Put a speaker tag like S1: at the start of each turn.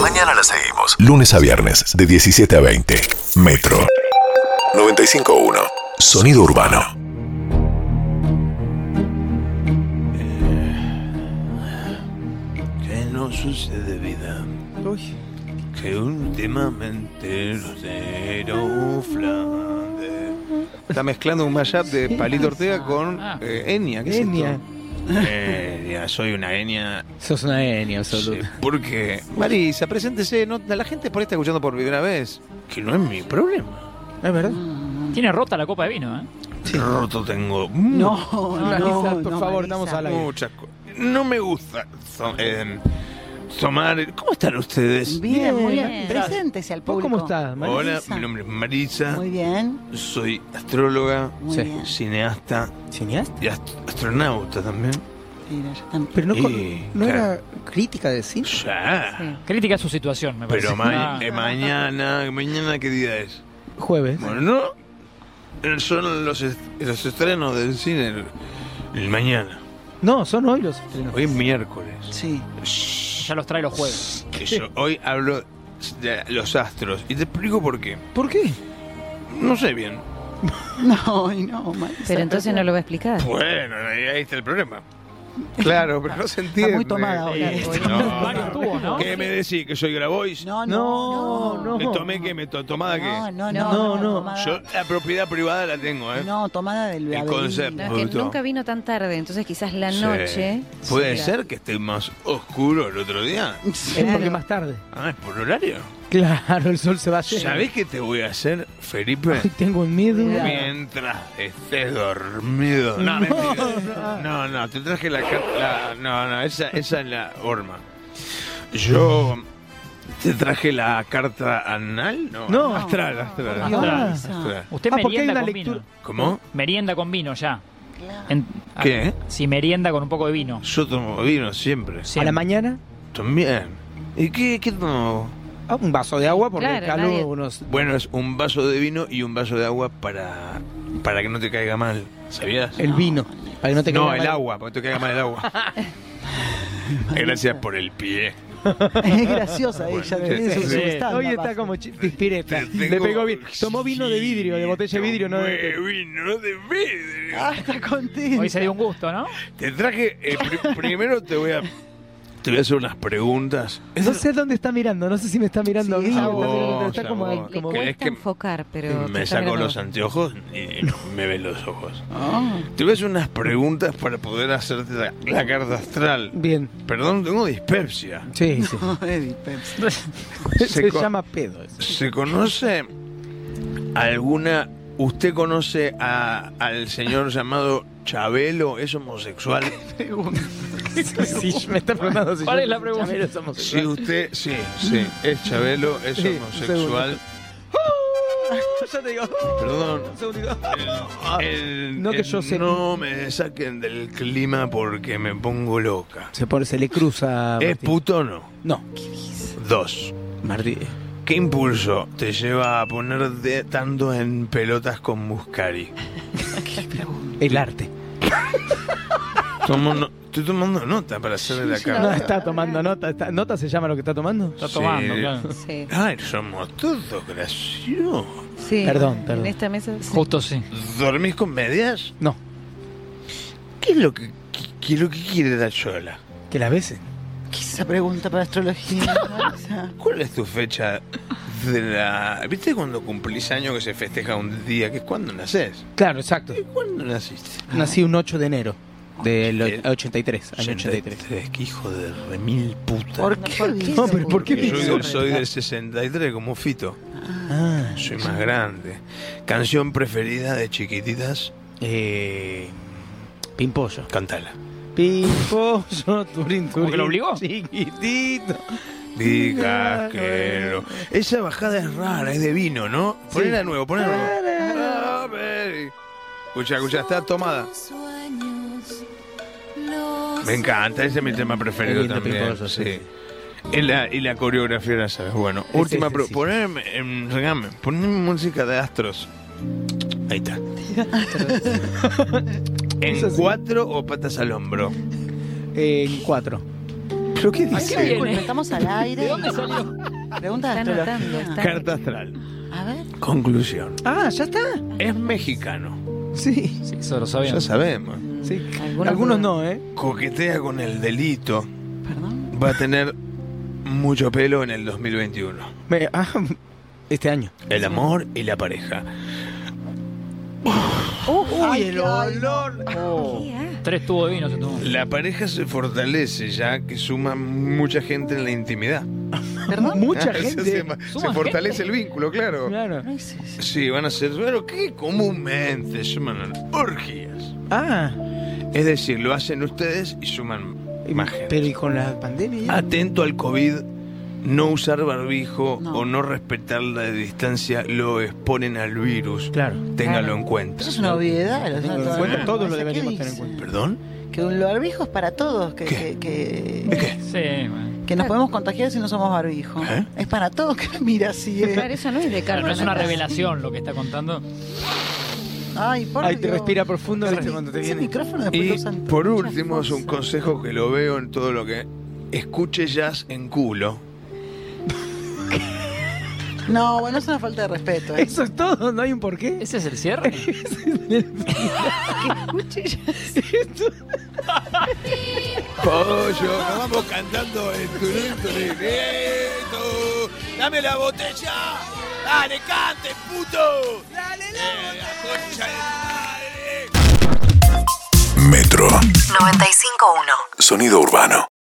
S1: Mañana la seguimos. Lunes a viernes, de 17 a 20. Metro. 95.1. Sonido urbano.
S2: ¿Qué no sucede, vida? Que últimamente los flan
S3: Está mezclando un mashup de
S4: ¿Qué
S3: Palito
S4: pasa?
S3: Ortega con
S5: Ah.
S3: eh, Enya. ¿Qué es
S4: Enya.
S3: esto?
S2: Eh, ya soy una enia.
S4: Sos una enia
S2: Sí,
S4: absoluta.
S2: porque
S3: Marisa, preséntese. No, la gente por ahí está escuchando por primera vez.
S2: que no es mi problema.
S3: ¿Es verdad?
S6: Tiene rota la copa de vino, ¿eh?
S2: Roto tengo
S5: No, no,
S7: Marisa, por
S5: no, Marisa.
S7: favor, estamos al aire.
S2: muchas cosas. No me gusta so- eh, tomar. ¿Cómo están ustedes?
S5: Bien, muy
S7: Bien,
S5: bien.
S7: Marisa.
S5: Preséntese al
S7: ¿Vos
S5: público.
S7: cómo estás, Marisa?
S2: Hola,
S5: Marisa.
S2: mi nombre es Marisa.
S5: Muy bien,
S2: Soy astróloga,
S5: muy
S7: Sí.
S5: bien.
S2: cineasta
S7: ¿Cineasta?
S2: y ast- astronauta también.
S5: Mira, ya están-
S7: Pero no, con-
S2: Eh,
S7: ¿no
S2: claro.
S7: era crítica de cine.
S2: Ya.
S5: Sí.
S6: Crítica a su situación, me parece.
S2: Pero ma-
S6: Ah,
S2: eh, mañana, mañana qué día es?
S7: Jueves.
S2: eh, Bueno, no, son los, est- los estrenos del cine el, el mañana.
S7: No, son hoy los estrenos.
S2: Hoy es miércoles.
S5: Sí.
S6: ya los trae los jueves.
S2: Que yo hoy hablo de los astros y te explico por qué.
S7: ¿Por qué?
S2: No sé bien.
S5: No, ay, no, Marisa.
S8: Pero entonces no lo va a explicar.
S2: Bueno, ahí ahí está el problema.
S3: Claro, pero no se entiende.
S5: Está muy tomada ahora.
S6: Varios tubos, ¿no?
S2: ¿Qué me decís? ¿Que soy Grabois?
S5: No, no,
S7: No,
S5: no.
S7: no.
S2: ¿Me tomé Ah, que ¿Me to- tomada qué?
S5: No, no, no.
S7: No, no.
S5: tomada-
S2: Yo la propiedad privada la tengo, ¿eh?
S5: No, tomada del
S2: El
S5: laberinto.
S2: concepto.
S8: No, es que
S2: Bruto.
S8: nunca vino tan tarde, entonces quizás la
S2: Sí.
S8: noche.
S2: ¿Puede
S8: Sí,
S2: ser que esté más oscuro el otro día?
S7: Es porque más tarde.
S2: Ah, es por horario.
S7: Claro, el sol se va a hacer.
S2: ¿Sabés qué te voy a hacer, Felipe?
S7: Ay, tengo un miedo.
S5: Mira.
S2: Mientras estés dormido. No, mentira. no, no, te traje la, car- la- No, no, esa, esa es la horma. Yo. ¿Te traje la carta anal? No,
S7: No.
S2: astral, astral.
S7: Ah.
S2: astral,
S5: Marisa.
S2: astral.
S6: Usted
S7: Ah, porque hay
S6: merienda
S7: una
S6: con
S7: lectura-
S6: vino.
S2: ¿Cómo?
S6: Merienda con vino ya.
S5: Claro.
S6: En-
S2: ¿Qué?
S6: Si merienda con un poco de vino.
S2: Yo tomo vino siempre.
S6: Sí.
S7: A la mañana,
S2: También. ¿Y qué, qué tomo?
S7: ah, un vaso de agua porque el
S8: Claro,
S7: calor
S8: nadie-
S7: unos...
S2: Bueno, es un vaso de vino y un vaso de agua para, para que no te caiga mal. ¿Sabías?
S7: El vino. Para que no Eh, te
S2: no,
S7: caiga
S2: el
S7: mal.
S2: agua, para que te caiga mal el agua. Gracias por el pie.
S5: Es graciosa ella,
S2: Bueno,
S5: tiene
S2: sí,
S5: su
S6: sí.
S5: stand-up
S7: Hoy está
S5: aparte.
S7: como chi- pispireta.
S2: Te
S7: Le
S2: tengo-
S7: pegó bien. Tomó vino de vidrio, de botella de vidrio, no
S2: Tomé
S7: de...
S2: vino de vidrio.
S5: Ah, está contenta.
S6: Hoy se dio un gusto, ¿no?
S2: Te traje. eh, pri- primero te voy a. Te voy a hacer unas preguntas.
S7: No sé dónde está mirando, no sé si me está mirando a
S5: Sí,
S7: mí.
S5: a
S7: o está
S2: vos,
S7: mirando- Ah, Está
S2: a
S7: como...
S2: vos.
S8: Le
S7: como-
S2: ¿Querés
S8: cuesta
S2: que-
S8: enfocar, pero.
S2: me
S8: te
S2: saco
S8: sacan
S2: los
S8: algo.
S2: anteojos y no me ven los ojos.
S5: Ah,
S2: Te voy a hacer unas preguntas para poder hacerte la, la carta astral.
S7: Bien.
S2: Perdón, tengo dispepsia.
S7: Sí, sí.
S5: Eddie Pepsi.
S7: Se
S2: co-
S7: llama pedo eso.
S2: ¿Se conoce alguna... ¿Usted conoce a- al señor llamado Chabelo? ¿Es homosexual?
S7: Sí, me está preguntando si
S6: ¿Cuál
S7: yo-
S6: es la pregunta?
S7: Chabelo es homosexual.
S2: Sí, usted... Sí, sí. ¿Es Chabelo? ¿Es
S7: Sí, un
S2: homosexual?
S7: Ya te digo.
S2: Perdón.
S7: Un segundito.
S2: el- el-
S7: Ah, No que
S2: el-
S7: yo sepa.
S2: No me saquen del clima porque me pongo loca.
S7: Se, pone, se le cruza.
S2: ¿Es
S7: Martín.
S2: puto o no?
S7: No,
S2: Dos.
S7: Martín.
S2: ¿Qué impulso te lleva a ponerte tanto en pelotas con Muscari?
S7: El arte.
S2: Tomo no- estoy tomando nota para hacer la
S7: No
S2: carta.
S7: está tomando nota. está- ¿Nota se llama lo que está tomando?
S6: Está tomando,
S2: Sí.
S6: claro.
S8: Sí.
S2: Ay, somos todos graciosos.
S8: Sí.
S7: Perdón, perdón.
S8: En esta mesa. sí.
S6: Justo sí.
S2: ¿Dormís con medias?
S7: No,
S2: ¿Qué es lo que, qué, qué es lo que quiere la Yola?
S7: que la veces.
S5: ¿Qué es esa pregunta para astrología? Marisa?
S2: ¿Cuál es tu fecha de la... ¿Viste cuando cumplís año que se festeja un día? que es cuando nacés?
S7: Claro, exacto.
S2: ¿Cuándo naciste?
S7: Nací un 8 de enero del
S2: Eh,
S7: 83, año 83.
S2: qué hijo de remil puta.
S5: ¿Por qué? dice?
S7: No, pero ¿por qué
S2: Porque
S7: me
S2: yo soy del 63 como Fito.
S7: Ah,
S2: Soy más grande. ¿Canción preferida de chiquititas?
S7: eh. Pimpollo.
S2: Cantala.
S7: Pimpollo, turín, turín.
S6: que lo obligó?
S7: Chiquitito.
S2: Digas que lo- Esa bajada es rara, es de vino, ¿no? Ponela de nuevo, ponela de nuevo. A ver. Escucha, escucha, está tomada. Me encanta, ese es mi tema preferido
S7: Es lindo,
S2: también.
S7: Pimpollo,
S2: sí.
S7: sí.
S2: Y la, y la coreografía la sabes. Bueno,
S7: Sí,
S2: última
S7: sí,
S2: pro-
S7: sí.
S2: Poneme, em, regame, poneme música de astros. Ahí está. ¿En
S7: Eso sí.
S2: cuatro o patas al hombro?
S7: En 4.
S2: ¿Pero qué
S6: ¿A
S2: dice?
S6: qué viene?
S5: Disculpe, estamos al aire.
S6: ¿De dónde salió?
S5: Pregunta de
S8: Está anotando,
S5: astrología.
S8: está-
S2: Carta astral.
S5: A ver.
S2: Conclusión.
S7: Ah, ya está.
S2: Es mexicano.
S7: Sí.
S6: Sí, eso lo sabía.
S2: Ya sabemos.
S7: sí.
S8: Algunos,
S7: Algunos
S8: dudan.
S7: no, ¿eh?
S2: Coquetea con el delito.
S5: Perdón.
S2: Va a tener mucho pelo en el 2021.
S7: Me- ah, este año.
S2: El amor y la pareja.
S7: ¡Uy, el olor!
S8: ¿Qué? Ah,
S6: Tres tubos de vino se tomó.
S2: La pareja se fortalece ya que suma mucha gente en la intimidad.
S5: Perdón.
S7: Mucha
S2: Ah, se-
S7: gente.
S2: Se, se
S6: Suma
S2: fortalece el vínculo, claro.
S7: Claro.
S5: No es eso.
S2: Sí, van a ser, pero que comúnmente suman orgías.
S7: Ah,
S2: Es decir, lo hacen ustedes y suman
S7: y-
S2: más gente.
S7: pero ¿y con la pandemia? ya?
S2: Atento al COVID, no usar barbijo
S5: No.
S2: o no respetar la distancia lo exponen al virus.
S7: claro.
S2: Téngalo en cuenta.
S5: Eso es una obviedad. lo sabe
S7: Tengo en
S5: todo el mundo.
S7: cuenta, todos lo
S5: O sea, ¿qué
S7: deberíamos tener en
S5: dicen?
S2: ¿Perdón?
S5: Que un barbijo es para todos. Que,
S2: ¿Qué?
S5: que, que-
S6: Sí, bueno.
S5: que nos podemos contagiar si no somos barbijo.
S2: ¿Eh?
S5: Es para todos que mira así. eh.
S8: Claro, eso no es de
S6: Claro,
S8: Carmen.
S6: no es una revelación lo que está contando.
S5: Ay, por
S7: Ahí te
S5: Dios.
S7: respira profundo,
S5: Ese-
S7: viste, cuando te
S5: ese
S7: viene.
S5: micrófono después lo
S2: Y
S5: usan
S2: por
S5: Pues muchas
S2: último, es un
S5: cosas.
S2: consejo que lo veo en todo lo que... Escuche jazz en culo.
S5: No, bueno, es una falta de respeto. eh.
S7: Eso es todo, no hay un porqué.
S6: ¿Ese es el cierre?
S2: Pollo, nos vamos cantando el turín, turín, esto. Dame la botella. Dale, cante, puto. Dale la, concha de tu madre.
S1: Metro.
S4: 951.
S1: Sonido urbano.